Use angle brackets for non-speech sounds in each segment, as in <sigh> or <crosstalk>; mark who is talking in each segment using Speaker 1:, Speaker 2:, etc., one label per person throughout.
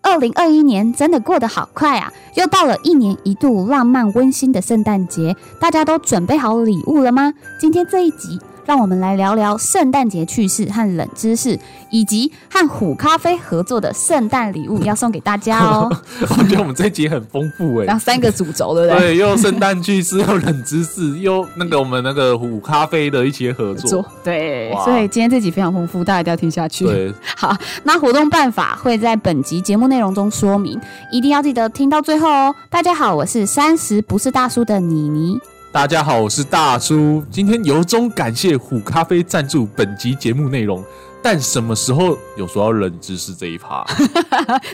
Speaker 1: 二零二一年真的过得好快啊！又到了一年一度浪漫温馨的圣诞节，大家都准备好礼物了吗？今天这一集，让我们来聊聊圣诞节趣事和冷知识，以及和虎咖啡合作的圣诞礼物要送给大家哦。
Speaker 2: <laughs> 我觉得我们这一集很丰富哎、
Speaker 3: 然后三个主轴，对不
Speaker 2: <laughs>
Speaker 3: 对？
Speaker 2: 对，又圣诞趣事，又冷知识，又那个我们那个虎咖啡的一些合作。
Speaker 3: 对，
Speaker 2: 哇
Speaker 3: 所以今天这集非常丰富，大家一定要听下去。
Speaker 2: 对，
Speaker 1: 好，那活动办法会在本集节目内容中说明，一定要记得听到最后哦。大家好，我是三十不是大叔的妮妮。
Speaker 2: 大家好，我是大叔，今天由衷感谢虎咖啡赞助本集节目内容。但什么时候有说要冷知识这
Speaker 3: <laughs>
Speaker 2: 一趴？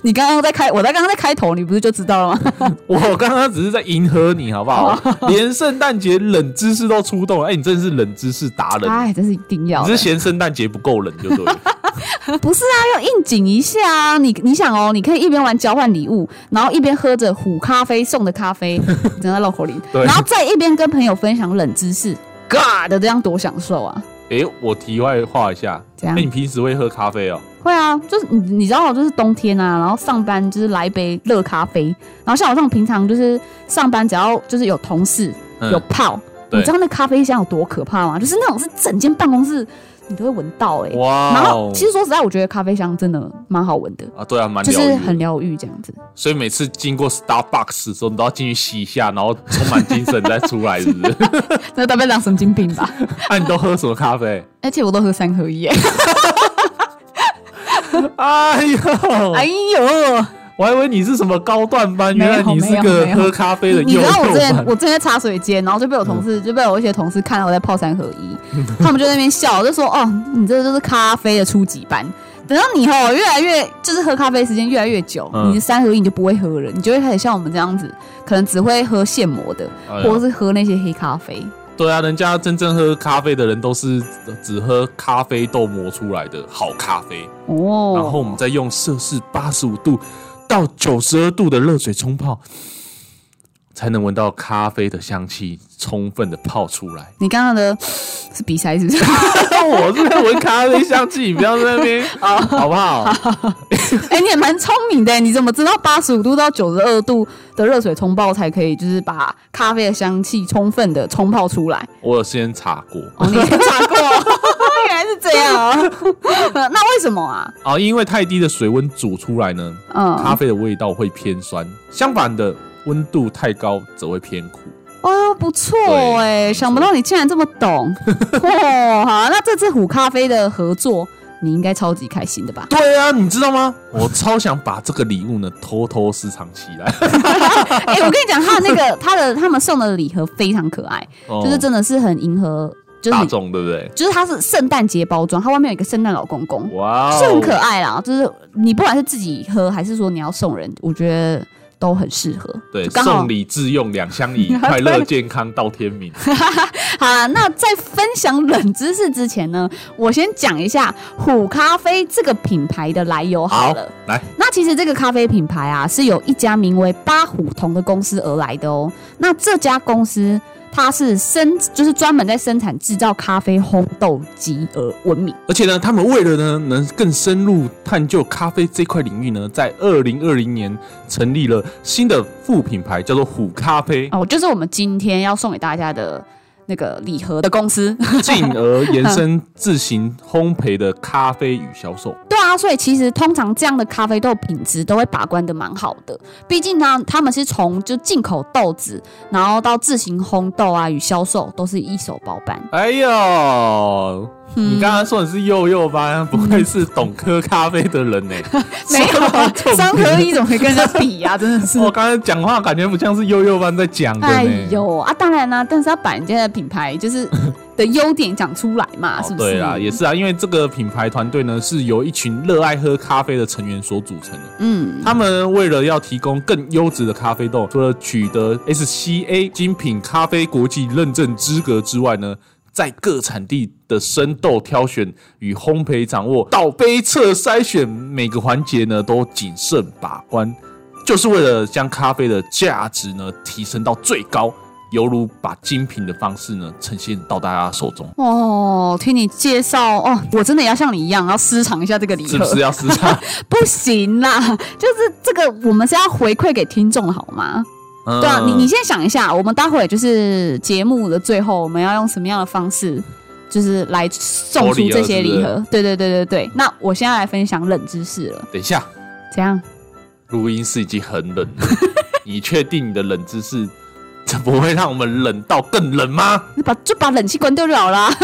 Speaker 3: 你刚刚在开，我在刚刚在开头，你不是就知道了吗？
Speaker 2: 我刚刚只是在迎合你，好不好？连圣诞节冷知识都出动了，哎、你真的是冷知识达人，
Speaker 3: 哎，真是一定要
Speaker 2: 你
Speaker 3: 的，
Speaker 2: 是嫌圣诞节不够冷就
Speaker 3: <laughs>
Speaker 2: 对了。
Speaker 3: 不是啊，要应景一下啊！你你想哦，你可以一边玩交换礼物，然后一边喝着虎咖啡送的咖
Speaker 2: <laughs>
Speaker 3: 啡，整在绕口令，
Speaker 2: 对
Speaker 3: 然后再一边跟朋友分享冷知识，God，这样多享受啊！
Speaker 2: 哎、我题外话一下，
Speaker 3: 这
Speaker 2: 哎、
Speaker 3: 样、
Speaker 2: 你平时会喝咖啡哦、
Speaker 3: 会啊，就是你你知道，就是冬天啊，然后上班就是来一杯热咖啡，然后像我这种平常就是上班只要就是有同事
Speaker 2: 嗯
Speaker 3: 有泡，
Speaker 2: 对
Speaker 3: 你知道那咖啡香有多可怕吗？就是那种是整间办公室你都会闻到哎、然
Speaker 2: 哇
Speaker 3: 后
Speaker 2: 哦，
Speaker 3: 其实说实在，我觉得咖啡香真的蛮好闻的。
Speaker 2: 啊，对啊，蛮
Speaker 3: 就
Speaker 2: 疗
Speaker 3: 是
Speaker 2: 愈
Speaker 3: 很
Speaker 2: 的。
Speaker 3: 疗愈这样子，
Speaker 2: 所以每次经过 Starbucks 的时候，你都要进去吸一下，然后充满精神再出来，是不是？ <laughs>
Speaker 3: 那大班长神经病吧？
Speaker 2: 啊，你都喝什么咖啡？
Speaker 3: 而且我都喝三合一耶，
Speaker 2: 哎呦，
Speaker 3: 哎呦！
Speaker 2: 我还以为你是什么高段班，
Speaker 3: 没
Speaker 2: 原
Speaker 3: 有
Speaker 2: 来你是
Speaker 3: 没有
Speaker 2: 个
Speaker 3: 没有
Speaker 2: 喝咖啡的
Speaker 3: 你
Speaker 2: 幼
Speaker 3: 知道我
Speaker 2: 幼
Speaker 3: 之前
Speaker 2: 班
Speaker 3: 我。之前在茶水间，然后就被我同
Speaker 2: 嗯
Speaker 3: 事、就被我一些同事看到我在泡三合
Speaker 2: <laughs>
Speaker 3: 一，他们就在那边笑，就说：“哦，你这就是咖啡的初级班。”等到你哦，越来越就是喝咖啡时间越来越久，
Speaker 2: 嗯
Speaker 3: 你的三合一你就不会喝了，你就会开始像我们这样子，可能只会喝现磨的，
Speaker 2: 哎呀
Speaker 3: 或者是喝那些黑咖啡。
Speaker 2: 对啊，人家真正喝咖啡的人都是只喝咖啡豆磨出来的好咖啡，
Speaker 3: 哦，
Speaker 2: 然后我们再用摄氏八十五度到九十二度的热水冲泡，才能闻到咖啡的香气充分的泡出来。
Speaker 3: 你刚刚的 <sniffs> 是鼻塞是不是？
Speaker 2: <laughs> 我是在闻咖啡香气，你不要在
Speaker 3: <laughs>
Speaker 2: 那边，
Speaker 3: 哦
Speaker 2: 好不好？
Speaker 3: 哎、你也蛮聪明的，你怎么知道八十五度到九十二度的热水冲泡才可以，就是把咖啡的香气充分的冲泡出 <laughs> 来？
Speaker 2: 我有先查过
Speaker 3: 哦，你也查过， <laughs> 原来是这样啊。 <laughs> 那为什么啊？
Speaker 2: 啊，因为太低的水温煮出来呢，咖
Speaker 3: 嗯，
Speaker 2: 啡的味道会偏酸；相反的，温度太高则会偏苦。
Speaker 3: 哦，不错
Speaker 2: 对
Speaker 3: 哎，想不到你竟然这么懂。 <laughs> 哦，好，那这次虎咖啡的合作，你应该超级开心的 <laughs> 吧？
Speaker 2: 对啊，你知道吗？我超想把这个礼物呢偷偷私藏起
Speaker 3: <laughs>
Speaker 2: 来，
Speaker 3: 哎、我跟你讲，他那个他的他们送的礼盒非常可爱，就是
Speaker 2: 这
Speaker 3: 真的是很迎合，就是
Speaker 2: 哦大
Speaker 3: 很
Speaker 2: 众，对不对？
Speaker 3: 就是它是圣诞节包装，它外面有一个圣诞老公公。
Speaker 2: 哇哦，
Speaker 3: 是很可爱啦，就是你不管是自己喝还是说你要送人，我觉得都很适合。
Speaker 2: 对，
Speaker 3: 就刚好
Speaker 2: 送礼自用两
Speaker 3: <laughs>
Speaker 2: 相宜，快乐健康到天明。
Speaker 3: 好啦，那在分享冷知识之前呢，我先讲一下虎咖啡这个品牌的来由 <laughs> 好了。
Speaker 2: 来，
Speaker 3: 那其实这个咖啡品牌啊，是由一家名为八虎同的公司而来的哦。那这家公司它是生，就是专门在生产制造咖啡烘豆机而闻名。
Speaker 2: 而且呢，他们为了呢能更深入探究咖啡这块领域呢，在二零二零年成立了新的副品牌，叫做虎咖 <laughs> 啡，
Speaker 3: 哦，就是我们今天要送给大家的那个礼盒的公司。
Speaker 2: 进而延伸自行烘焙的咖啡与销售。
Speaker 3: 对啊，所以其实通常这样的咖啡豆品质都会把关的蛮好的，毕竟呢，他们是从就进口豆子，然后到自行烘豆啊与销售都是一手包
Speaker 2: <laughs>
Speaker 3: 办。
Speaker 2: <laughs> 哎呦，你刚刚说你是幼幼班，不愧是懂喝咖啡的人呢、
Speaker 3: 没
Speaker 2: 啊
Speaker 3: 有 <laughs> 三合一怎么可以跟人家比啊？真
Speaker 2: <laughs>
Speaker 3: 的是
Speaker 2: 我刚才讲话感觉不像是幼幼班在讲哦的呢、
Speaker 3: 哎呦啊，当然啦、但是要把人家的品牌就是的优点讲出来嘛，
Speaker 2: 哦
Speaker 3: 是不是？
Speaker 2: 对啦，也是啊，因为这个品牌团队呢是由一群热爱喝咖啡的成员所组成的。
Speaker 3: 嗯，
Speaker 2: 他们为了要提供更优质的咖啡豆，除了取得 SCA 精品咖啡国际认证资格之外呢，在各产地的生豆挑选与烘焙掌握、倒杯测筛选每个环节呢都谨慎把关，就是为了将咖啡的价值呢提升到最高。犹如把精品的方式呢呈现到大家手中，
Speaker 3: 哦，听你介绍哦，我真的也要像你一样，要私藏一下这个礼盒，
Speaker 2: 是不是要时 <laughs> 常？
Speaker 3: 不行啦，就是这个，我们是要回馈给听众的好吗？
Speaker 2: 嗯
Speaker 3: 对啊，你你先想一下，我们待会就是节目的最后，我们要用什么样的方式，就是来送
Speaker 2: 抽
Speaker 3: 出
Speaker 2: 礼盒
Speaker 3: 这些
Speaker 2: 是不
Speaker 3: 礼
Speaker 2: 是
Speaker 3: 盒？对对对对对。那我现在来分享冷知识了，
Speaker 2: 等一下，
Speaker 3: 怎样？
Speaker 2: 录音室已经很冷了， <laughs> 你确定你的冷知识这不会让我们冷到更冷吗？
Speaker 3: 你把就把冷气关掉就好啦。 <laughs>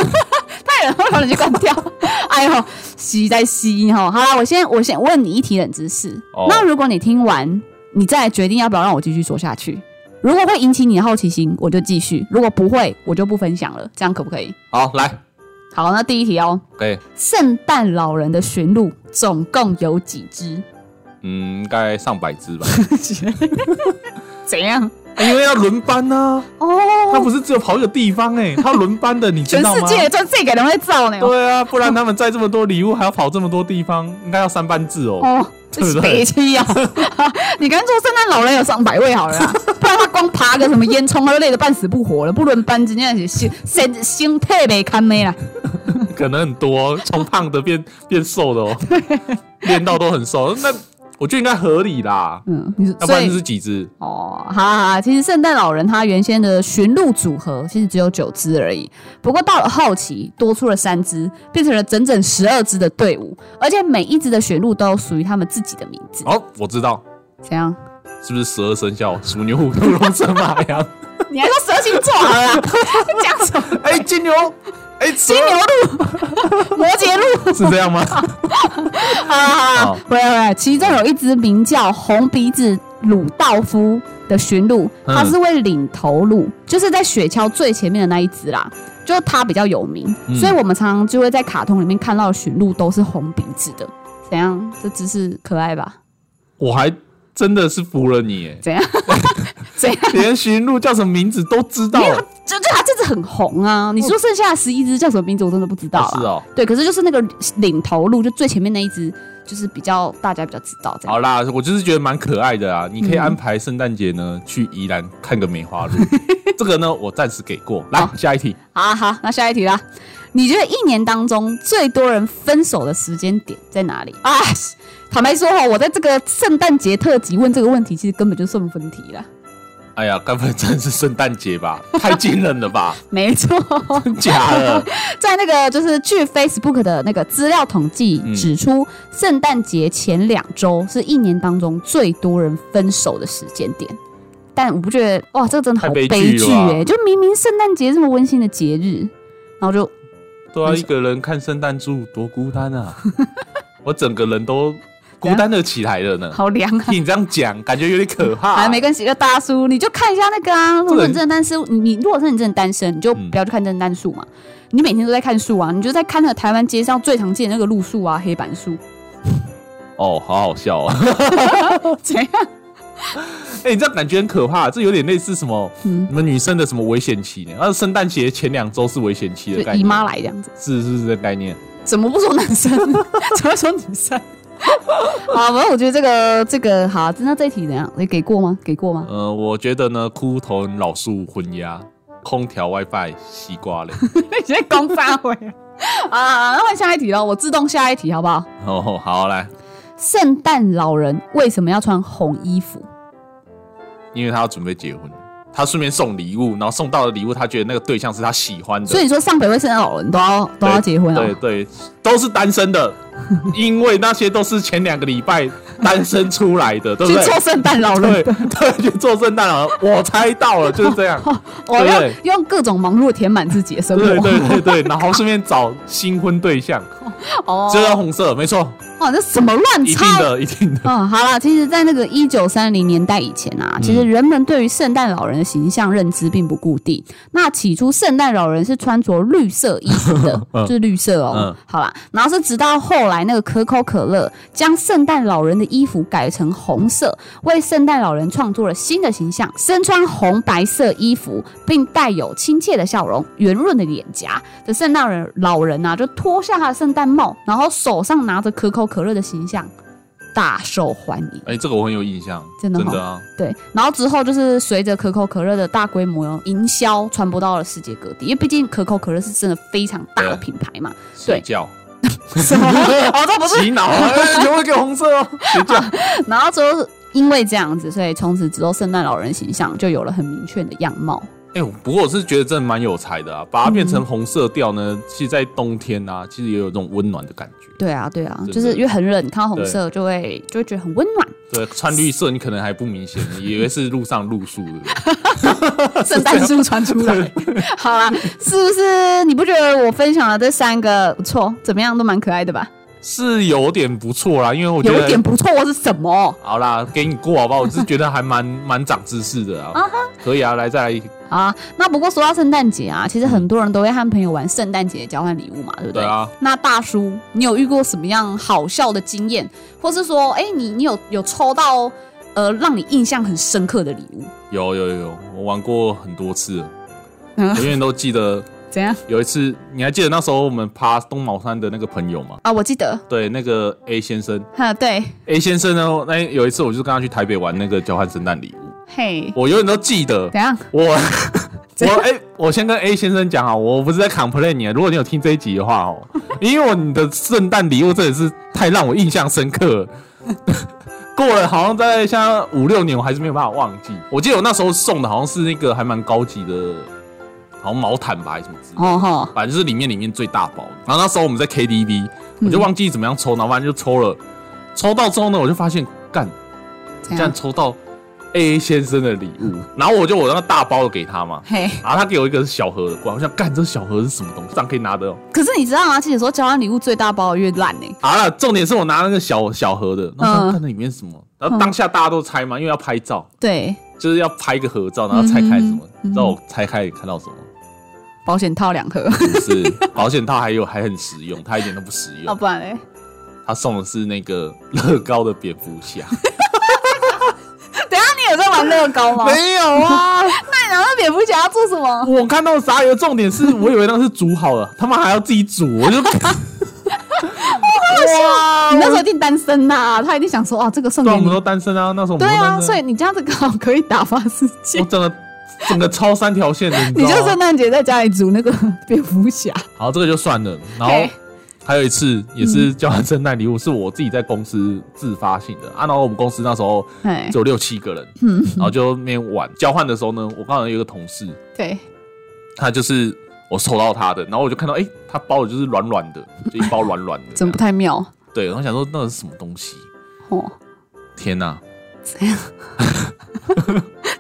Speaker 3: 太冷了，把冷气关掉。 <laughs> 哎呦，吸在吸哈。好啦，我先我先问你一题冷知识。
Speaker 2: 哦
Speaker 3: 那如果你听完，你再决定要不要让我继续说下去。如果会引起你的好奇心，我就继续；如果不会，我就不分享了。这样可不可以？
Speaker 2: 好，来，
Speaker 3: 好，那第一题哦，
Speaker 2: 可以，
Speaker 3: 圣诞老人的驯鹿总共有几
Speaker 2: <laughs>
Speaker 3: 只？
Speaker 2: 嗯，应该上百只 <laughs> 吧，哎
Speaker 3: 怎样？
Speaker 2: 因为要轮班呢、
Speaker 3: 哦，
Speaker 2: 他不是只有跑一个地方哎、他轮班的，你知
Speaker 3: 全
Speaker 2: 道
Speaker 3: 世
Speaker 2: 吗？
Speaker 3: 界就这个人会造呢。
Speaker 2: 对啊，不然他们载这么多礼物，还要跑这么多地方，应该要三班制哦。
Speaker 3: 哦，这是北七
Speaker 2: <laughs>
Speaker 3: 啊！你刚说圣诞老人有上百位好了啦，不然他光爬个什么烟囱，他都累得半死不活了，不轮班，真的是心心心态没堪没啦。
Speaker 2: 可能很 <laughs> 多，从胖的变变瘦 <laughs> 的哦，练到都很瘦。那我觉得应该合理啦，
Speaker 3: 嗯，你
Speaker 2: 要不
Speaker 3: 所
Speaker 2: 然就
Speaker 3: 以
Speaker 2: 是几只
Speaker 3: 哦，好啦好啦，其实圣诞老人他原先的驯鹿组合其实只有九只而已，不过到了后期多出了三只，变成了整整十二支的队伍，而且每一只的驯鹿都有属于他们自己的名字。
Speaker 2: 哦，我知道，
Speaker 3: 怎样？
Speaker 2: 是不是十二生肖？鼠牛虎兔龙蛇马羊？
Speaker 3: <laughs> 你还说蛇形啊座好 <laughs> 了啦，讲什么
Speaker 2: <laughs> 哎、金牛，哎、
Speaker 3: 金
Speaker 2: 金
Speaker 3: 牛鹿、 <laughs> 摩羯鹿？
Speaker 2: 是这样吗？
Speaker 3: 啊
Speaker 2: 好，
Speaker 3: 回来回来，其中有一只名叫红鼻子鲁道夫的驯鹿，
Speaker 2: 嗯
Speaker 3: 它是位领头鹿，就是在雪橇最前面的那一只啦。就它比较有名，
Speaker 2: 嗯
Speaker 3: 所以我们常常就会在卡通里面看到的驯鹿都是红鼻子的。怎样？这只是可爱吧？
Speaker 2: <laughs> 我还真的是服了你耶，
Speaker 3: 怎
Speaker 2: <laughs>
Speaker 3: 样？怎样？
Speaker 2: 连驯鹿叫什么名字都知道
Speaker 3: 没有，就就它这只很红啊！你说剩下十一只叫什么名字，我真的不知道
Speaker 2: 哦
Speaker 3: 啦。
Speaker 2: 是哦。
Speaker 3: 对，可是就是那个领头鹿，就最前面那一只，就是比较大家比较知道这样。
Speaker 2: 好啦，我就是觉得蛮可爱的啊。你可以安排圣诞节呢、去宜兰看个梅花鹿， <laughs> 这个呢我暂时给过。来
Speaker 3: 好，
Speaker 2: 下一题，
Speaker 3: 好、啊、好，那下一题啦。你觉得一年当中最多人分手的时间点在哪里啊？坦白说哈，我在这个圣诞节特辑问这个问题，其实根本就算分题啦。
Speaker 2: 哎呀，该不会真的是圣诞节吧？太惊人了
Speaker 3: <laughs>
Speaker 2: 吧！
Speaker 3: 没错，
Speaker 2: <laughs> 假的，
Speaker 3: 在那个就是据 Facebook 的那个资料统计
Speaker 2: 嗯
Speaker 3: 指出，圣诞节前两周是一年当中最多人分手的时间点。但我不觉得哇，这个真的好
Speaker 2: 太悲
Speaker 3: 悲
Speaker 2: 剧
Speaker 3: 剧
Speaker 2: 了吧
Speaker 3: 哎、就明明圣诞节这么温馨的节日，然后就
Speaker 2: 对啊，一个人看圣诞树多孤
Speaker 3: <laughs>
Speaker 2: 单啊！我整个人都孤单的起来了呢。
Speaker 3: 好凉啊。
Speaker 2: <laughs> 听你这样讲，感觉有点可怕、
Speaker 3: 还没跟系，就大叔，你就看一下那个啊。如果你真的单身，你你如果是你真的单身，你就
Speaker 2: 嗯
Speaker 3: 不要去看真单树嘛。你每天都在看树啊，你就在看那个台湾街上最常见的那个路树啊，黑板
Speaker 2: <laughs>
Speaker 3: 树。
Speaker 2: 哦，好好笑
Speaker 3: <laughs>
Speaker 2: 啊！
Speaker 3: 怎样？
Speaker 2: 哎、你这样感觉很可怕，这有点类似什么
Speaker 3: 嗯
Speaker 2: 你们女生的什么危险期呢？那圣诞节前两周是危险期的
Speaker 3: 就
Speaker 2: 概
Speaker 3: 姨
Speaker 2: 念，
Speaker 3: 妈来这样子，
Speaker 2: 是是是这概念。
Speaker 3: 怎么不说男生？ <laughs> 怎么说女生？ <laughs> 啊，反正我觉得这个这个好，那这一题怎样？你给过吗？给过吗？
Speaker 2: 呃，我觉得呢，枯头老树昏鸦，空调 WiFi 西
Speaker 3: <laughs>
Speaker 2: 瓜嘞。
Speaker 3: 你在攻杀回 <laughs> 啊？那换下一题喽，我自动下一题好不好？
Speaker 2: 哦，好来，
Speaker 3: 圣诞老人为什么要穿红衣服？
Speaker 2: 因为他要准备结婚，他顺便送礼物，然后送到的礼物，他觉得那个对象是他喜欢的，
Speaker 3: 所以你说上北位圣诞老人都要都要结婚啊？
Speaker 2: 对对，都是单身的，因为那些都是前两个礼拜单身出来的，对不
Speaker 3: 去
Speaker 2: 对？
Speaker 3: 做圣诞老 <laughs>
Speaker 2: 对
Speaker 3: 人，
Speaker 2: 对，去做圣诞老人，我猜到了，就是这
Speaker 3: <laughs>
Speaker 2: 样。
Speaker 3: 我
Speaker 2: 对
Speaker 3: 要用各种忙碌填满自己的生活。
Speaker 2: 对对对对，然后顺便找新婚对象，
Speaker 3: 哦
Speaker 2: 这，要红色，没错，
Speaker 3: 哇，这什么乱
Speaker 2: 一定
Speaker 3: 猜？
Speaker 2: 的，一定的。
Speaker 3: 嗯，好啦，其实，在那个一九三零年代以前啊，
Speaker 2: 嗯
Speaker 3: 其实人们对于圣诞老人的形象认知并不固定。那起初，圣诞老人是穿着绿色衣服的，
Speaker 2: <laughs> 嗯
Speaker 3: 就是绿色哦。
Speaker 2: 嗯
Speaker 3: 好啦，然后是直到后来那个可口可乐将圣诞老人的衣服改成红色，为圣诞老人创作了新的形象，身穿红白色衣服，并带有亲切的笑容、圆润的脸颊的圣诞人老人啊，就脱下他的圣诞帽，然后手上拿着可口可乐的形象。大受欢迎。
Speaker 2: 哎，这个我很有印象，
Speaker 3: 真的
Speaker 2: 真
Speaker 3: 吗
Speaker 2: 的啊，
Speaker 3: 对，然后之后就是随着可口可乐的大规模营销传播到了世界各地，因为毕竟可口可乐是真的非常大的
Speaker 2: 对
Speaker 3: 品牌嘛。 <laughs>
Speaker 2: 睡觉
Speaker 3: 什么？哦，这不是。
Speaker 2: <laughs> 洗脑，哎全部给我红色哦，睡觉。
Speaker 3: 然后之后因为这样子，所以从此之后圣诞老人形象就有了很明确的样貌。
Speaker 2: <laughs> 哎、我不过我是觉得真的蛮有才的啊，把它变成红色调
Speaker 3: 嗯
Speaker 2: 呢，其实在冬天啊，其实也有这种温暖的感觉。
Speaker 3: 对啊，对啊
Speaker 2: 真，的
Speaker 3: 就是因为很冷，看到红色就会就会觉得很温 <laughs> 暖。
Speaker 2: 对，穿绿色你可能还不明显，以为是路上
Speaker 3: <laughs>
Speaker 2: 露宿的。
Speaker 3: 圣诞树穿出 <laughs> 来，好啦，是不是？你不觉得我分享的这三个不错，怎么样都蛮可爱的吧？
Speaker 2: 是有点不错啦，因为我觉
Speaker 3: 有一点
Speaker 2: 得。
Speaker 3: 不错是什么？
Speaker 2: 好啦，给你过好不好？我是觉得还蛮 <laughs> 蛮长知识的啊，可以啊，来再来，
Speaker 3: 啊，那不过说到圣诞节啊，其实很多人都会和朋友玩圣诞节交换礼物嘛，对不对？
Speaker 2: 对啊，
Speaker 3: 那大叔，你有遇过什么样好笑的经验，或是说，哎，你你有有抽到呃让你印象很深刻的礼物？
Speaker 2: 有有有，我玩过很多次了，
Speaker 3: 嗯
Speaker 2: 我永远都记得
Speaker 3: 怎样
Speaker 2: 有一次，你还记得那时候我们爬东茅山的那个朋友吗？
Speaker 3: 啊？我记得，
Speaker 2: 对，那个 A 先生，
Speaker 3: 哈，对，
Speaker 2: A 先生呢，那有一次我就跟他去台北玩那个交换圣诞礼物，
Speaker 3: 嘿，
Speaker 2: 我永远都记得
Speaker 3: 怎样？
Speaker 2: 我
Speaker 3: 怎
Speaker 2: 我哎、我先跟 A 先生讲啊，我不是在 complain 你啊，如果你有听这一集的话哦，因为我你的圣诞礼物真的是太让我印象深刻了。 <laughs> 过了好像在像五六年，我还是没有办法忘记。我记得我那时候送的好像是那个还蛮高级的，好像毛毯吧还是什么之类的
Speaker 3: 哦吼，
Speaker 2: 反正就是里面里面最大包的。然后那时候我们在 KTV，我就忘记怎么样抽，然后反正就抽了。抽到之后呢，我就发现干，
Speaker 3: 怎
Speaker 2: 竟然？抽到 A 先生的礼物。然后我就我那个大包的给他嘛，
Speaker 3: 嘿，
Speaker 2: 然后啊他给我一个小盒的过来，我想干这小盒是什么东西，这样可以拿的、哦。
Speaker 3: 可是你知道吗？其实说交换礼物最大包的越烂呢、欸
Speaker 2: 好了，重点是我拿那个小小盒的，然
Speaker 3: 嗯
Speaker 2: 后看那里面是什么，然后当下大家都猜嘛，因为要拍照，
Speaker 3: 对，
Speaker 2: 就是要拍一个合照，然后拆开什
Speaker 3: 嗯
Speaker 2: 么，你知道我拆开看到什么？
Speaker 3: 保险套两 <laughs> 盒，
Speaker 2: 不是 <laughs> 保险套，还有还很实用，它一点都不实用
Speaker 3: 哦要、。不然嘞，
Speaker 2: 他送的是那个乐高的蝙蝠侠，
Speaker 3: 等一下你有在玩乐高吗？
Speaker 2: 没有啊！
Speaker 3: 那你拿到蝙蝠侠要做什么？
Speaker 2: 我看到啥？有重点是我以为那是煮好了，他妈还要自己煮，我就 <laughs> 哇
Speaker 3: 你那时候一定单身呐、他一定想说，哦，这个送
Speaker 2: 对啊，
Speaker 3: 给
Speaker 2: 我们都
Speaker 3: 你。
Speaker 2: 单身啊，那时候我
Speaker 3: 对
Speaker 2: 们都
Speaker 3: 啊，
Speaker 2: 单身
Speaker 3: 所以你这样子刚好可以打发时间
Speaker 2: <laughs> 我。整个整个超三条线的，你
Speaker 3: 你
Speaker 2: 知
Speaker 3: 就
Speaker 2: 道吗
Speaker 3: 圣？诞节在家里煮那个 <laughs> 蝙蝠侠，
Speaker 2: 好，这个就算了。然后
Speaker 3: 嘿
Speaker 2: 还有一次也是交换圣诞礼物，是我自己在公司自发性的啊。然后我们公司那时候
Speaker 3: 哎嗯
Speaker 2: 只，有六七个人，然后就那边玩交换的时候呢，我刚好有一个同事，
Speaker 3: 对，
Speaker 2: 他就是我抽到他的，然后我就看到，哎、他包的就是软软
Speaker 3: <laughs>
Speaker 2: 的，就一包软软的
Speaker 3: 怎
Speaker 2: 这
Speaker 3: 么
Speaker 2: 样，
Speaker 3: 不太妙？
Speaker 2: 对，然后想说那是什么东西？
Speaker 3: 哦，
Speaker 2: 天哪、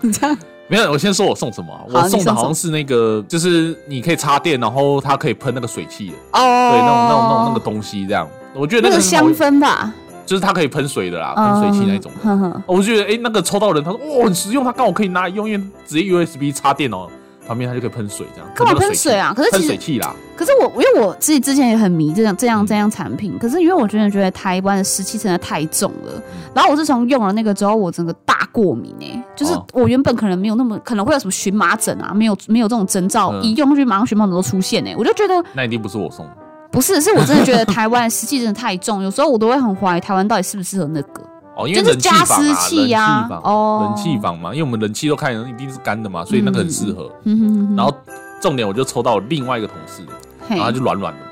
Speaker 3: 你这样
Speaker 2: 没有，我先说我送什么啊、
Speaker 3: 好
Speaker 2: 我送
Speaker 3: 你送什
Speaker 2: 的
Speaker 3: 么
Speaker 2: 好像是那个，就是你可以插电，然后它可以喷那个水汽的，
Speaker 3: 哦，
Speaker 2: 对，
Speaker 3: 对
Speaker 2: 那种那种那种那个东西这样，我觉得
Speaker 3: 那
Speaker 2: 那
Speaker 3: 个
Speaker 2: 个
Speaker 3: 香
Speaker 2: 很好，
Speaker 3: 氛吧，
Speaker 2: 就是它可以喷水的啦，喷水器那种。
Speaker 3: 嗯哼哼
Speaker 2: 我就觉得，哎、那个抽到的人，他说哇很实用，他刚好可以拿来用，因为直接 USB 插电哦，旁边它就可以喷水这样。
Speaker 3: 干嘛
Speaker 2: 那个
Speaker 3: 喷水啊可是其
Speaker 2: 水喷
Speaker 3: 实
Speaker 2: 水器啦，
Speaker 3: 可是我，因为我自己之前也很迷这样这样
Speaker 2: 嗯
Speaker 3: 这样产品，可是因为我真的觉得台湾的湿气真的太重了。
Speaker 2: 嗯
Speaker 3: 然后我自从用了那个之后，我整个大过敏哎、就是
Speaker 2: 哦
Speaker 3: 我原本可能没有那么可能会有什么荨麻疹啊，没有没有这种征兆，
Speaker 2: 嗯
Speaker 3: 一用上去马上荨麻疹都出现哎、我就觉得
Speaker 2: 那一定不是我送的。
Speaker 3: 不是，是我
Speaker 2: <laughs>
Speaker 3: 真的觉得台湾的湿气真的太重，有时候我都会很怀疑台湾到底适不适合那个。
Speaker 2: 哦，因为
Speaker 3: 就是
Speaker 2: 冷气
Speaker 3: 加
Speaker 2: 房啊，
Speaker 3: 湿器啊
Speaker 2: 冷气房，
Speaker 3: 哦
Speaker 2: 冷气房嘛，因为我们冷气都开，一定是干的嘛，所以那个很适合。
Speaker 3: 嗯哼哼
Speaker 2: 然后重点我就抽到另外一个同事的，
Speaker 3: 嘿
Speaker 2: 然后他就软软的嘛，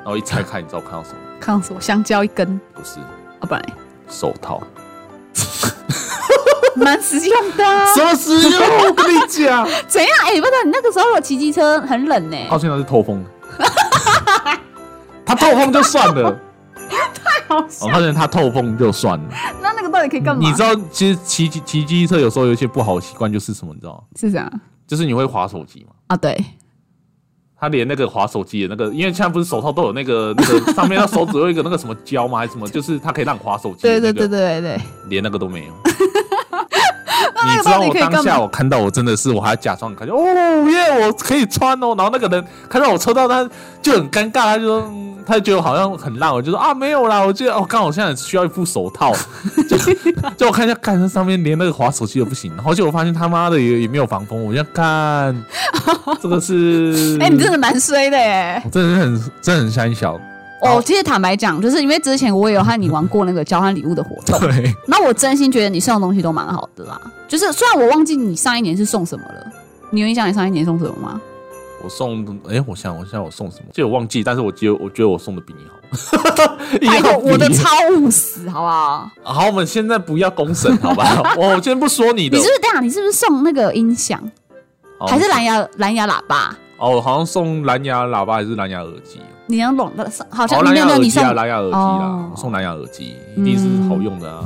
Speaker 2: 然后一拆开，你知道我看到什么？
Speaker 3: 看到什么香蕉一根，
Speaker 2: 不是
Speaker 3: 啊不
Speaker 2: <laughs>
Speaker 3: 然嘞
Speaker 2: 手
Speaker 3: 啊
Speaker 2: 套，
Speaker 3: 蛮实用的、啊。
Speaker 2: 什么实用？我跟你讲，
Speaker 3: 怎样？哎、不是你那个时候我骑机车很冷欸呢、
Speaker 2: 到现在是透风的，他透风就算
Speaker 3: <laughs>
Speaker 2: 了，
Speaker 3: 好
Speaker 2: 我发现他透风就算了。
Speaker 3: 那那个到底可以干嘛？
Speaker 2: 你知道，其实骑骑骑机车有时候有一些不好的习惯就是什么，你知道吗？
Speaker 3: 是这样
Speaker 2: 就是你会划手机嘛。
Speaker 3: 啊？对。
Speaker 2: 他连那个滑手机的那个，因为现在不是手套都有那个那个上面那手指有一个那个什么胶吗？还是什么？就是它可以让你滑手机、
Speaker 3: 对
Speaker 2: 那个。
Speaker 3: 对对对对对，
Speaker 2: 连那个都没有。
Speaker 3: <laughs> 那
Speaker 2: 你
Speaker 3: 个
Speaker 2: 知
Speaker 3: 到
Speaker 2: 道
Speaker 3: 底
Speaker 2: 我
Speaker 3: 可以
Speaker 2: 当
Speaker 3: 干
Speaker 2: 下
Speaker 3: 嘛？
Speaker 2: 我看到我真的是我还假装看见哦耶，我可以穿哦。然后那个人看到我抽到他就很尴尬，他就说嗯他就觉得我好像很烂，我就说啊没有啦，我觉得哦刚好我现在需要一副
Speaker 3: <laughs>
Speaker 2: 手套，就就我看一下，看这上面连那个滑手机都不行，然后结果发现他妈的也也没有防风，我就看这个是
Speaker 3: <laughs>
Speaker 2: 嗯
Speaker 3: 哎、你真的蛮衰的哎、
Speaker 2: 我真的是很真的很三小。
Speaker 3: 哦，其实坦白讲，就是因为之前我也有和你玩过那个交换礼物的活
Speaker 2: <laughs>
Speaker 3: 动，
Speaker 2: 对，
Speaker 3: 那我真心觉得你送的东西都蛮好的啦。就是虽然我忘记你上一年是送什么了，你有印象你上一年送什么吗？
Speaker 2: 我送，哎、我想，我想我送什么？这我忘记，但是我觉得，我觉得我送的比你好。 <laughs>
Speaker 3: 拜托，
Speaker 2: 一样比
Speaker 3: 哎我的超务实，好不好？
Speaker 2: 好，我们现在不要公审，
Speaker 3: <laughs>
Speaker 2: 好吧？我我先不说你的，
Speaker 3: 你是不是这样？你是不是送那个音响，
Speaker 2: 好
Speaker 3: 还是蓝牙蓝牙喇叭？
Speaker 2: 哦，好像送蓝牙喇叭还是蓝牙耳机？
Speaker 3: 你能拢的，好像
Speaker 2: 哦，蓝
Speaker 3: 没
Speaker 2: 牙
Speaker 3: 有没有
Speaker 2: 耳
Speaker 3: 你
Speaker 2: 机
Speaker 3: 送
Speaker 2: 啊，蓝牙耳机啦
Speaker 3: 哦，嗯
Speaker 2: 我送蓝牙耳机一定是好用的啊。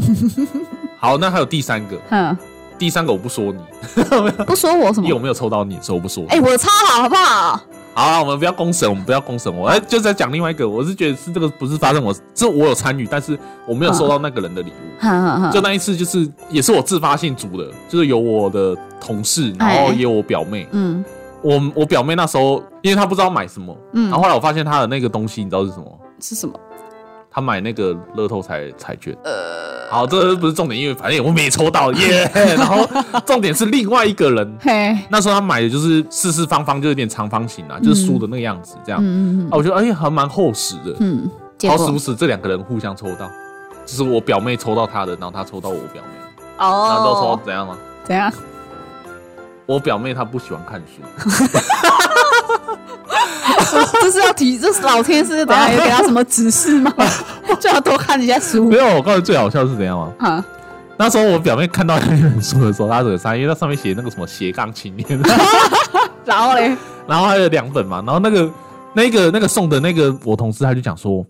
Speaker 2: <laughs> 好，那还有第三个，
Speaker 3: 哼，
Speaker 2: 第三个我不说你，
Speaker 3: 不说我什
Speaker 2: 因为我
Speaker 3: 么？
Speaker 2: 啊没有抽到你，所以我不说。
Speaker 3: 哎、我的超好，好不好？
Speaker 2: 好啊，我们不要公审，我们不要公审我。哎，就是在讲另外一个，我是觉得是这个不是发生我，这我有参与，但是我
Speaker 3: 嗯
Speaker 2: 没有收到那个人的礼物。
Speaker 3: 哼哼哼，
Speaker 2: 就那一次，就是也是我自发性组的，就是有我的同事，然后
Speaker 3: 哎
Speaker 2: 也有我表妹。
Speaker 3: 嗯
Speaker 2: 我我表妹那时候，因为她不知道买什么，
Speaker 3: 嗯
Speaker 2: 然后后来我发现她的那个东西，你知道是什么？
Speaker 3: 是什么？
Speaker 2: 她买那个乐透彩彩券。呃，好，这不是重点，因为反正我没抽
Speaker 3: <laughs>
Speaker 2: 到耶。然后重点是另外一个人，
Speaker 3: 嘿，嗯
Speaker 2: 那时候他买的就是四四方方，就有点长方形啊，就是书的那个样子这样。
Speaker 3: 嗯嗯嗯
Speaker 2: 啊，我觉得哎、还蛮厚实的。
Speaker 3: 嗯，结
Speaker 2: 好死不
Speaker 3: 果
Speaker 2: 死，这两个人互相抽到，就是我表妹抽到她的，然后她抽到我表妹，然后都抽到
Speaker 3: 哦，
Speaker 2: 怎样啊吗？
Speaker 3: 怎样？ <laughs>
Speaker 2: 我表妹她不喜欢看书，
Speaker 3: 这是要提，这是老天是等下有给他什么指示吗？ <laughs> 就要多看一下书
Speaker 2: <laughs> 没有。我告诉你最好笑是怎样吗？
Speaker 3: 哈，
Speaker 2: 那时候我表妹看到那本书的时候，她惹傻，因为那上面写那个什么斜杠青 <laughs> 年，
Speaker 3: 然后嘞，
Speaker 2: 然后还有两本嘛，然后那个那个那个送的那个我同事他就讲说，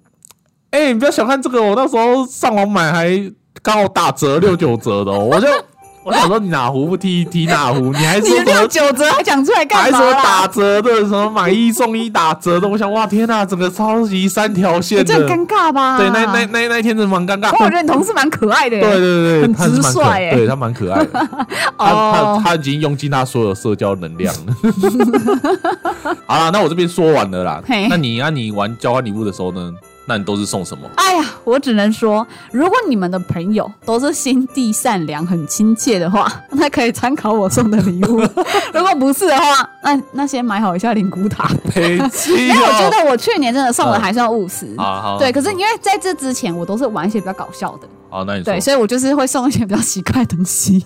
Speaker 2: 哎、你不要小看这个哦，我那时候上网买还刚好打折六九折 <laughs> 的、哦，我就我想说你哪壶不提提哪壶，你还
Speaker 3: 你
Speaker 2: 说什
Speaker 3: 六
Speaker 2: 么？
Speaker 3: 九折还讲出来
Speaker 2: 还
Speaker 3: 干嘛
Speaker 2: 说打
Speaker 3: 啦？
Speaker 2: 折的，什么买一送一打折的，我想哇天呐、整个超级三条
Speaker 3: 你
Speaker 2: 线
Speaker 3: 这
Speaker 2: 的，
Speaker 3: 很尴尬吧？
Speaker 2: 对，那那那那一天真的蛮尴尬。
Speaker 3: 我觉得你同事蛮可爱 <laughs> 的耶。
Speaker 2: 对对对，
Speaker 3: 很
Speaker 2: 他是
Speaker 3: 直
Speaker 2: 蛮可
Speaker 3: 率耶
Speaker 2: 对他蛮可爱
Speaker 3: <laughs>
Speaker 2: 的。他他
Speaker 3: 哦，
Speaker 2: 他已经用尽他所有社交能量了。 <laughs> 好啦，那我这边说完了啦
Speaker 3: 嘿。
Speaker 2: 那你那、你玩交换礼物的时候呢？那你都是送什
Speaker 3: <laughs>
Speaker 2: 么？
Speaker 3: 哎呀，我只能说，如果你们的朋友都是心地善良、很亲切的话， <laughs> 那可以参考我送的礼
Speaker 2: <laughs>
Speaker 3: 物；如果不是的话，那那先买好一下灵骨塔。
Speaker 2: 飞机
Speaker 3: 因为我觉
Speaker 2: 哦！
Speaker 3: 得我去年真的送的
Speaker 2: 嗯
Speaker 3: 还算务实。
Speaker 2: <laughs> 啊好，
Speaker 3: 对，可是因为在这之前，我都是玩一些比较搞笑的，
Speaker 2: 好，那你说
Speaker 3: 对，所以我就是会送一些比较奇怪的东西。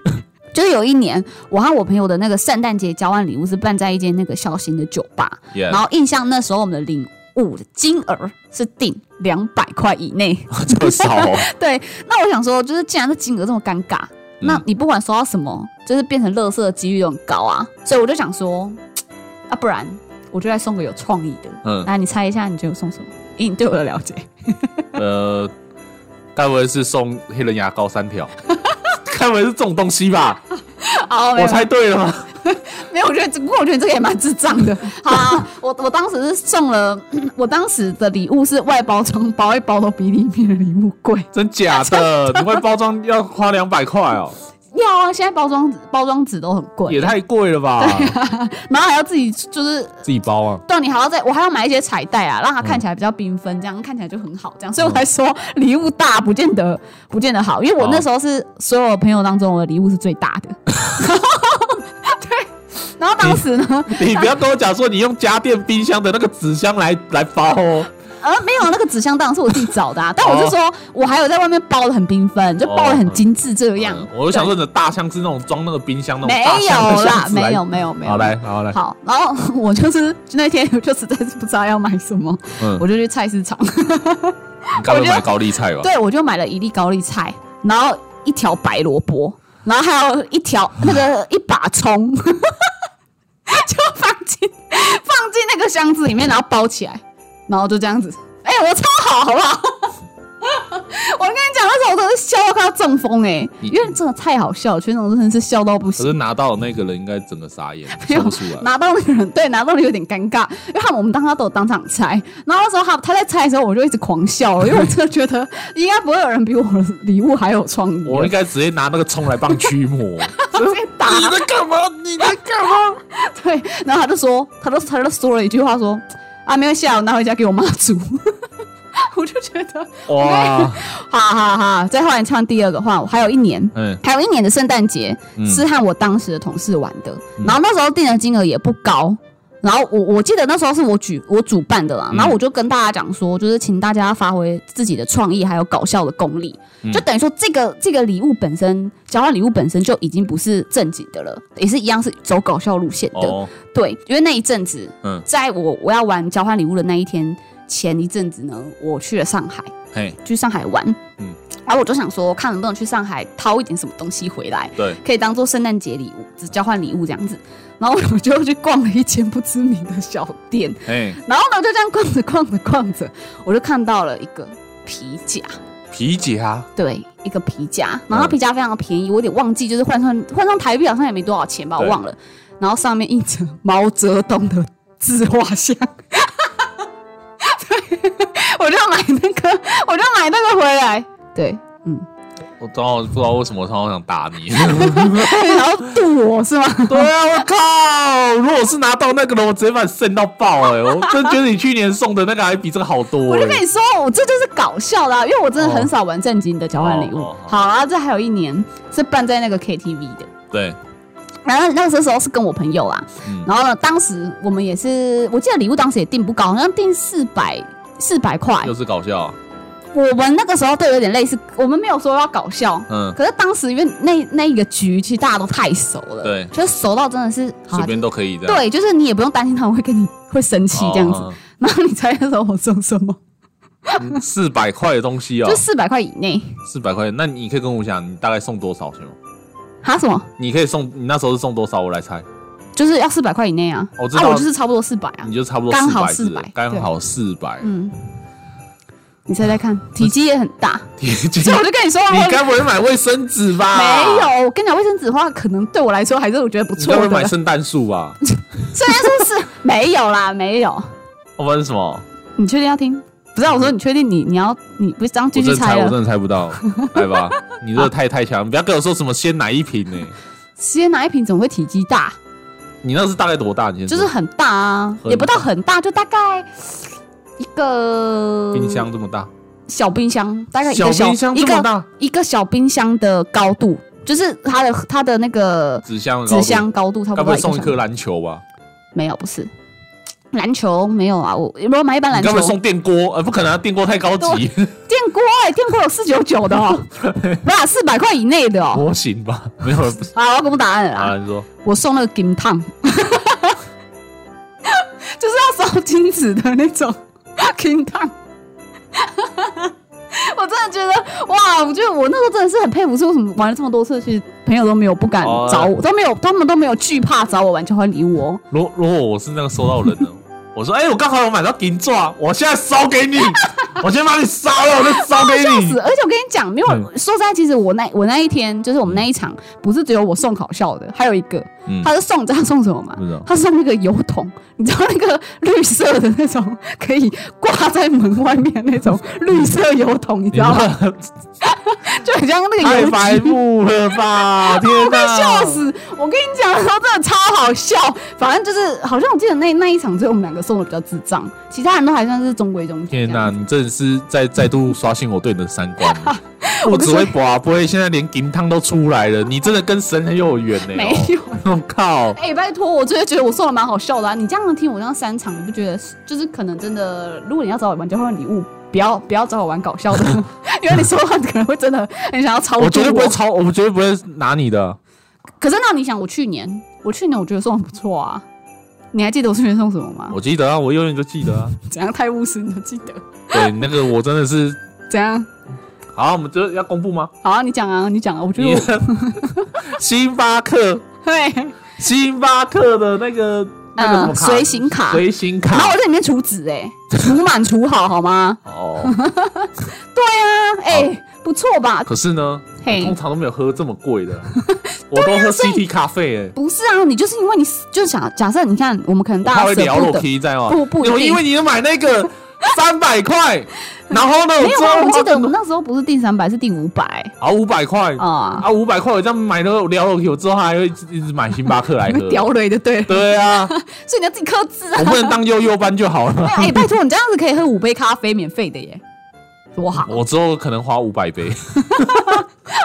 Speaker 3: <laughs> 就是有一年，我和我朋友的那个圣诞节交换礼物是办在一间那个小型的酒吧，
Speaker 2: ，yeah,
Speaker 3: 然后印象那时候我们的领物的金额是定两百块以内。
Speaker 2: <laughs> 这么少
Speaker 3: <laughs>
Speaker 2: 哦、
Speaker 3: 对，那我想说，就是既然这金额这么尴尬，那
Speaker 2: 嗯
Speaker 3: 你不管收到什么，就是变成垃圾的几率都很高啊。所以我就想说，啊，不然我就来送个有创意的。
Speaker 2: 嗯
Speaker 3: 那你猜一下，你觉得我送什么？以你对我的了解，
Speaker 2: 呃，该不会是送黑人牙膏三条？ <laughs> 该不会是这种东西吧？
Speaker 3: <laughs> 哦，没
Speaker 2: 我
Speaker 3: 有
Speaker 2: 猜对了吗？
Speaker 3: 没有，我觉得这，不过我觉得这个也蛮智障的。 <laughs> 好啊，我我当时是送了， <clears throat> 我当时的礼物是外包装，包一包都比里面的礼物贵。
Speaker 2: 真
Speaker 3: <laughs>
Speaker 2: 假的？你会包装要花两百块哦，
Speaker 3: 要啊，现在包装包装纸都很
Speaker 2: 也
Speaker 3: 贵，
Speaker 2: 太贵了吧？
Speaker 3: 啊然后还要自己就是
Speaker 2: 自己包啊，
Speaker 3: 对，你还要再，我还要买一些彩带啊，让它看起来比较缤纷，这样看起来就很好，这样，所以我才说礼物大不见得不见得好，因为我那时候是所有朋友当中我的礼物是最大的。 <laughs> 对，然后当时呢，
Speaker 2: 你不要跟我讲说你用家电冰箱的那个纸箱来来包哦。
Speaker 3: 呃，没有啊那个纸箱当然是我自己找的啊，但我是说我还有在外面包的很缤纷，就包的很精致这样
Speaker 2: 嗯。我就想说你的大箱是那种装那个冰箱那种
Speaker 3: 没
Speaker 2: 大箱
Speaker 3: 有
Speaker 2: 的
Speaker 3: 啦
Speaker 2: 箱，子来
Speaker 3: 没有。没有没有。
Speaker 2: 好来，好来，
Speaker 3: 好，然后我就是那天我就实在是不知道要买什么，
Speaker 2: 嗯，
Speaker 3: 我就去菜市场。
Speaker 2: 你该不
Speaker 3: 我
Speaker 2: 会
Speaker 3: 觉得
Speaker 2: 买高哦丽菜吧？
Speaker 3: 对，我就买了一粒高丽菜，然后一条白萝卜，然后还有一条那个一把葱， <laughs> 就放进放进那个箱子里面，然后包起来，然后就这样子。哎、我超好，好不好？ <laughs> 我跟你讲，那时候我真的是笑到快要中风哎、
Speaker 2: 你
Speaker 3: 因为真的太好笑了，全总真的是笑到不
Speaker 2: 可
Speaker 3: 行。
Speaker 2: 是拿到的那个人应该整个
Speaker 3: <laughs>
Speaker 2: 傻眼，
Speaker 3: 没
Speaker 2: 说
Speaker 3: 有
Speaker 2: 不出来。
Speaker 3: 拿到那个人，对，拿到的有点尴尬，因为他们我们当他都有当场拆，然后那时候他他在拆的时候，我就一直狂笑，因为我真的觉得应该不会有人比我的礼物还有创意，啊
Speaker 2: 我应该直接拿那个葱来帮驱魔。你
Speaker 3: <laughs> 直接打。
Speaker 2: 在干嘛？你在干嘛？
Speaker 3: <laughs> 对，然后他就说，他就他就说了一句话说，啊，没有下，我拿回家给我妈煮。 <laughs> 我就觉得，
Speaker 2: 哇，
Speaker 3: 哈哈哈！再后来唱第二个话，我还有一年。
Speaker 2: 嗯
Speaker 3: 还有一年的圣诞节
Speaker 2: 嗯
Speaker 3: 是和我当时的同事玩的，然后那时候订的金额也不高，然后我我记得那时候是我举我主办的啦，
Speaker 2: 嗯
Speaker 3: 然后我就跟大家讲说，就是请大家发挥自己的创意还有搞笑的功力，
Speaker 2: 嗯
Speaker 3: 就等于说这个这个礼物本身交换礼物本身就已经不是正经的了，也是一样是走搞笑路线的。
Speaker 2: 哦，
Speaker 3: 对，因为那一阵子，
Speaker 2: 嗯
Speaker 3: 在我我要玩交换礼物的那一天前一阵子呢，我去了上海，
Speaker 2: 嘿，
Speaker 3: 去上海玩，
Speaker 2: 嗯
Speaker 3: 嗯，然后我就想说，看能不能去上海掏一点什么东西回来，
Speaker 2: 对，
Speaker 3: 可以当做圣诞节礼物，只交换礼物这样子。然后我就去逛了一间不知名的小店，
Speaker 2: 嘿，
Speaker 3: 然后呢，我就这样逛着逛着逛着，我就看到了一个皮夹，
Speaker 2: 皮夹，
Speaker 3: 对，一个皮夹，然后它
Speaker 2: 嗯
Speaker 3: 皮夹非常的便宜，我有点忘记，就是换算换算台币好像也没多少钱吧，我
Speaker 2: 对
Speaker 3: 忘了。然后上面印着毛泽东的自画像， <laughs> 对，我就买那个，我就买那个回来，对，
Speaker 2: <laughs>
Speaker 3: 嗯，
Speaker 2: 我刚好不知道为什么我好想打你。
Speaker 3: 然后度我是吗？
Speaker 2: <laughs> 对啊，我靠！如果是拿到那个的，我直接把你扇到爆哎、我真觉得你去年送的那个还比这个好多、
Speaker 3: <laughs> 我
Speaker 2: 欸。
Speaker 3: 就跟你说，我这就是搞笑啦，因为我真的很少玩正经的交换礼物。
Speaker 2: 哦哦哦
Speaker 3: 好啊，这还有一年是办在那个 KTV 的，
Speaker 2: 对，
Speaker 3: 然后那个时候是跟我朋友啊，
Speaker 2: 嗯
Speaker 3: 然后呢，当时我们也是，我记得礼物当时也定不高，好像定四百四百块
Speaker 2: 又。是搞笑，啊
Speaker 3: 我们那个时候都有点类似，我们没有说要搞笑。
Speaker 2: 嗯，
Speaker 3: 可是当时因为那那一个局，其实大家都太熟了，
Speaker 2: 对
Speaker 3: 就是熟到真的是好
Speaker 2: 随
Speaker 3: 啊
Speaker 2: 便都可以这样。
Speaker 3: 对，就是你也不用担心他们会跟你会生气这样子。
Speaker 2: 哦
Speaker 3: 然后你猜那时候我送什么？
Speaker 2: 子，嗯四百块的东西哦
Speaker 3: 就，四百块以内，
Speaker 2: 四百块。那你可以跟我讲，你大概送多少行吗？
Speaker 3: 还有什么？
Speaker 2: 你可以送，你那时候是送多少？我来猜，
Speaker 3: 就是要四百块以内啊！
Speaker 2: 我知
Speaker 3: 啊，
Speaker 2: 道
Speaker 3: 我就是差不多四百啊
Speaker 2: 你。就差不多
Speaker 3: 刚好
Speaker 2: 四百，
Speaker 3: 400
Speaker 2: 刚好四百。 <laughs>
Speaker 3: 嗯，你猜猜看，体积也很
Speaker 2: <laughs>
Speaker 3: 大，
Speaker 2: 你
Speaker 3: 所以 <laughs> 我就跟你说，
Speaker 2: 你
Speaker 3: 我
Speaker 2: 该不会买卫生纸吧？
Speaker 3: 没。有，我跟你讲，卫生纸的话，可能对我来说还是我觉得不
Speaker 2: 你
Speaker 3: 错
Speaker 2: 该不会
Speaker 3: 的。
Speaker 2: 买圣诞树吧？
Speaker 3: <laughs> 虽然说是
Speaker 2: <laughs>
Speaker 3: 没有啦，没有。
Speaker 2: 我们是什么？
Speaker 3: 你确定要听？不是啊，我说你确定你你要你不是这样
Speaker 2: 我
Speaker 3: 继
Speaker 2: 真
Speaker 3: 续
Speaker 2: 的
Speaker 3: 猜
Speaker 2: 猜，
Speaker 3: 啊
Speaker 2: 我
Speaker 3: 了？
Speaker 2: 真的猜
Speaker 3: <laughs>
Speaker 2: 不到，来吧，你这个太太强，你不要跟我说什么鲜奶一瓶呢、欸
Speaker 3: 鲜奶一瓶怎么会体积大？
Speaker 2: 你那是大概多大？你先
Speaker 3: 就
Speaker 2: 说
Speaker 3: 是很大啊，
Speaker 2: 很
Speaker 3: 也不到很大，就大概一个
Speaker 2: 冰箱这么大，
Speaker 3: 小冰箱，大概一个
Speaker 2: 小冰箱
Speaker 3: 一
Speaker 2: 这么
Speaker 3: 个
Speaker 2: 大，
Speaker 3: 一个小冰箱的高度，就是它的它的那个
Speaker 2: 纸箱的高
Speaker 3: 纸
Speaker 2: 度，
Speaker 3: 箱高度差
Speaker 2: 该
Speaker 3: 不多
Speaker 2: 不会
Speaker 3: 一个
Speaker 2: 送一
Speaker 3: 小
Speaker 2: 颗篮球吧？
Speaker 3: 没有，不是篮球没有啊，我如果买一般
Speaker 2: 你
Speaker 3: 篮
Speaker 2: 该
Speaker 3: 球
Speaker 2: 不会送电锅？呃，不可能、啊，电锅太高级， <laughs>
Speaker 3: 电锅哎、电锅有四九九的哦，不是四百块以内的哦。
Speaker 2: 模型吧？没有，不是
Speaker 3: <laughs> 啊，我要公布答案了啦！
Speaker 2: 啊，你说
Speaker 3: 我送那个金烫， <laughs> 就是要烧金子的那种金烫。 <laughs> 我真的觉得哇，我觉得我那时候真的是很佩服，是为什么玩了这么多次，其实朋友都没有不敢
Speaker 2: 哦
Speaker 3: 找我，都没有，他们都没有惧怕找我玩交换礼物哦。
Speaker 2: 如如果我是那个收到人呢？我说，哎、我刚好有买到银钻，我现在烧
Speaker 3: <laughs>
Speaker 2: 给你，我先把你烧了，我再烧给
Speaker 3: 笑
Speaker 2: 你
Speaker 3: 死！。而且我跟你讲，没有
Speaker 2: 嗯
Speaker 3: 说实在，其实我那我那一天就是我们那一场，不是只有我送好笑的，还有一个，
Speaker 2: 嗯
Speaker 3: 他是送，你知道他送什么吗
Speaker 2: 不知道？
Speaker 3: 他送那个油桶，你知道那个绿色的那种 <laughs> 可以挂在门外面那
Speaker 2: <laughs>
Speaker 3: 种绿色油桶，你知
Speaker 2: 你
Speaker 3: 道吗？
Speaker 2: 们
Speaker 3: 就很像那个
Speaker 2: 太
Speaker 3: 油
Speaker 2: 白
Speaker 3: 漆。
Speaker 2: 目了
Speaker 3: <laughs>
Speaker 2: 吧！天
Speaker 3: 被
Speaker 2: 哪，
Speaker 3: 笑死！我跟你讲，他真的超好笑。反正就是，好像我记得那那一场只有我们两个送的比较智障，其他人都还算是中规中矩。
Speaker 2: 天
Speaker 3: 这
Speaker 2: 哪，
Speaker 3: 样子
Speaker 2: 你真的是再再度刷新我对你的三观。
Speaker 3: <laughs>
Speaker 2: 我
Speaker 3: 跟
Speaker 2: 只
Speaker 3: 你说
Speaker 2: 会拔，不会现在连银汤都出来了。你真的跟神很有缘
Speaker 3: <laughs>
Speaker 2: 呢、
Speaker 3: 没有
Speaker 2: 哦， <laughs> 我靠！
Speaker 3: 哎、拜托，我真的觉得我送的蛮好笑的啊！你这样听我这样三场，你不觉得是就是可能真的，如果你要找我玩交换礼物，不要不要找我玩搞笑的， <laughs> 因为你说的话你可能会真的很想要超度
Speaker 2: 我绝对不会超，我绝对不会拿你的。啊
Speaker 3: 可是那你想，我去年我去年我觉得送的不错啊，你还记得我去年送什么吗？
Speaker 2: 我记得啊，我永远都记得
Speaker 3: <laughs>
Speaker 2: 啊。
Speaker 3: 怎样太务实你都记得？
Speaker 2: 对，那个我真的是，
Speaker 3: 怎样？
Speaker 2: 好，我们这要公布吗？
Speaker 3: 好、啊，你讲啊，你讲啊，我觉得
Speaker 2: 你
Speaker 3: <laughs> 我
Speaker 2: <laughs> 星巴克，
Speaker 3: 对，
Speaker 2: 星巴克的那个那个什么
Speaker 3: 嗯，
Speaker 2: 卡，
Speaker 3: 随行卡，
Speaker 2: 随行
Speaker 3: 然后
Speaker 2: 卡
Speaker 3: 我。在里面储值哎，储满储好好吗？
Speaker 2: 哦，
Speaker 3: 啊哎、不错吧？
Speaker 2: 可
Speaker 3: <laughs>
Speaker 2: 是呢，
Speaker 3: 嘿、
Speaker 2: 通常都没有喝这么贵
Speaker 3: <laughs>
Speaker 2: 的，我都
Speaker 3: 啊
Speaker 2: 喝 CT 咖啡哎、
Speaker 3: 不是啊，你就是因为你就想假设你看，我们可能
Speaker 2: 他
Speaker 3: 大
Speaker 2: 会
Speaker 3: 家
Speaker 2: 聊
Speaker 3: 舍
Speaker 2: 裸
Speaker 3: 不得，
Speaker 2: 皮在吗？
Speaker 3: 不不一
Speaker 2: 因为
Speaker 3: 定
Speaker 2: 因为你买那
Speaker 3: <laughs>
Speaker 2: 个三百块，然后呢，
Speaker 3: 没有
Speaker 2: 之
Speaker 3: 啊，
Speaker 2: 后
Speaker 3: 我记得我们
Speaker 2: 花
Speaker 3: 那时候不是第三百，是第五百
Speaker 2: 啊五百块
Speaker 3: 啊，
Speaker 2: 啊五百块，我这样买了聊裸皮，我之后还会一直一直买星巴克来
Speaker 3: 你
Speaker 2: 喝
Speaker 3: 被。 <laughs> 屌雷的对了，
Speaker 2: 对啊，
Speaker 3: 所以你要自己克制
Speaker 2: <laughs>
Speaker 3: 啊。
Speaker 2: 我不能当悠悠班就好了。 <laughs>
Speaker 3: 哎、拜托，你这样子可以喝五杯咖啡免费的耶，多 <laughs> 好！
Speaker 2: 我之后可能花五
Speaker 3: <laughs>
Speaker 2: 百杯。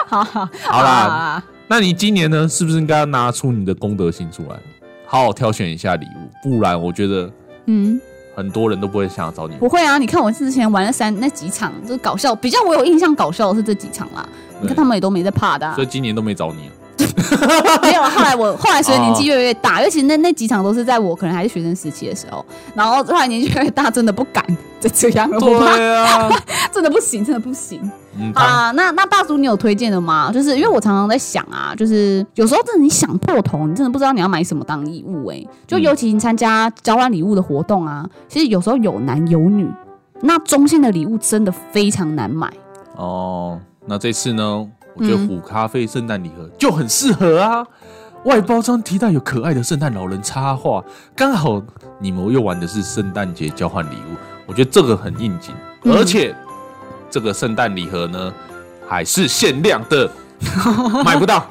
Speaker 3: 好好啊
Speaker 2: 好啦，那你今年呢，是不是应该要拿出你的功德心出来？好好挑选一下礼物，不然我觉得
Speaker 3: 嗯，
Speaker 2: 很多人都不会想要找你
Speaker 3: 不会啊，你看我之前玩了三那几场，就是搞笑，比较我有印象搞笑的是这几场啦。你看他们也都没在怕的、啊
Speaker 2: 所，以今年都没找你。
Speaker 3: <laughs> 没有。后来我后来随着年纪越来越大，因为其实那那几场都是在我可能还是学生时期的时候，然后后来年纪越来越大，真的不敢再这样了，我怕
Speaker 2: 对啊，
Speaker 3: <laughs> 真的不行，真的不行。
Speaker 2: 嗯，
Speaker 3: 好
Speaker 2: 他
Speaker 3: 啦，那那大叔，你有推荐的吗？就是因为我常常在想啊，就是有时候真的你想破头，你真的不知道你要买什么当礼物哎、就
Speaker 2: 嗯
Speaker 3: 尤其你参加交换礼物的活动啊，其实有时候有男有女，那中性的礼物真的非常难买。
Speaker 2: 哦，那这次呢，我觉得
Speaker 3: 嗯
Speaker 2: 虎咖啡圣诞礼盒就很适合啊。外包装提到有可爱的圣诞老人插画，刚好你们又玩的是圣诞节交换礼物，我觉得这个很应景，
Speaker 3: 嗯
Speaker 2: 而且这个圣诞礼盒呢还是限量
Speaker 3: <laughs>
Speaker 2: 的，买不到。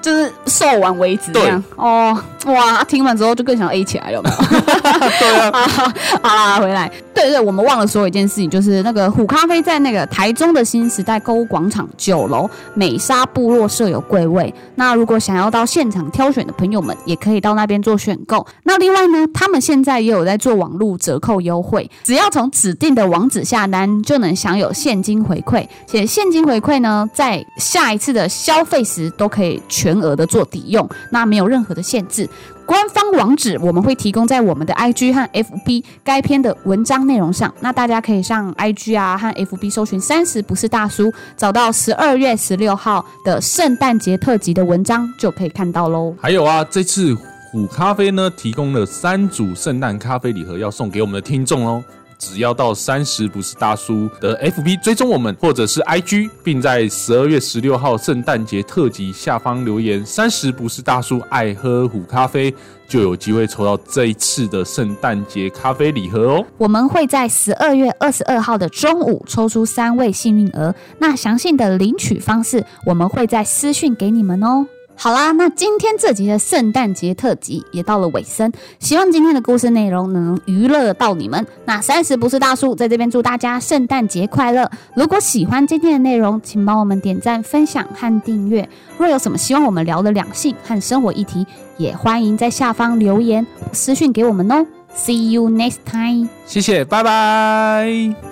Speaker 3: 就是售完为止这样哦，哇！听完之后就更想 A 起来了，有没有？
Speaker 2: 对啊，
Speaker 3: <laughs> 好啦，回来。对对，我们忘了说一件事情，就是那个虎咖啡在那个台中的新时代购物广场九楼美沙部落设有柜位。那如果想要到现场挑选的朋友们，也可以到那边做选购。那另外呢，他们现在也有在做网络折扣优惠，只要从指定的网址下单，就能享有现金回馈，且现金回馈呢，在下一次的消费时都可以全额的做抵用，那没有任何的限制。官方网址我们会提供在我们的 IG 和 FB 该篇的文章内容上，那大家可以上 IG 啊和 FB 搜寻“三十不是大叔”，找到十二月十六号的圣诞节特辑的文章就可以看到喽。
Speaker 2: 还有啊，这次虎咖啡呢提供了三组圣诞咖啡礼盒要送给我们的听众哦。只要到三十不是大叔的 FB 追踪我们，或者是 IG，并在十二月十六号圣诞节特辑下方留言“三十不是大叔爱喝虎咖啡”，就有机会抽到这一次的圣诞节咖啡礼盒哦。
Speaker 1: 我们会在十二月二十二号的中午抽出三位幸运儿，那详细的领取方式我们会在私讯给你们哦。好啦，那今天这集的圣诞节特辑也到了尾声，希望今天的故事内容能娱乐到你们。那三十不是大叔在这边祝大家圣诞节快乐！如果喜欢今天的内容，请帮我们点赞、分享和订阅。若有什么希望我们聊的两性和生活议题，也欢迎在下方留言私讯给我们哦。See you next time.
Speaker 2: 谢谢，拜拜。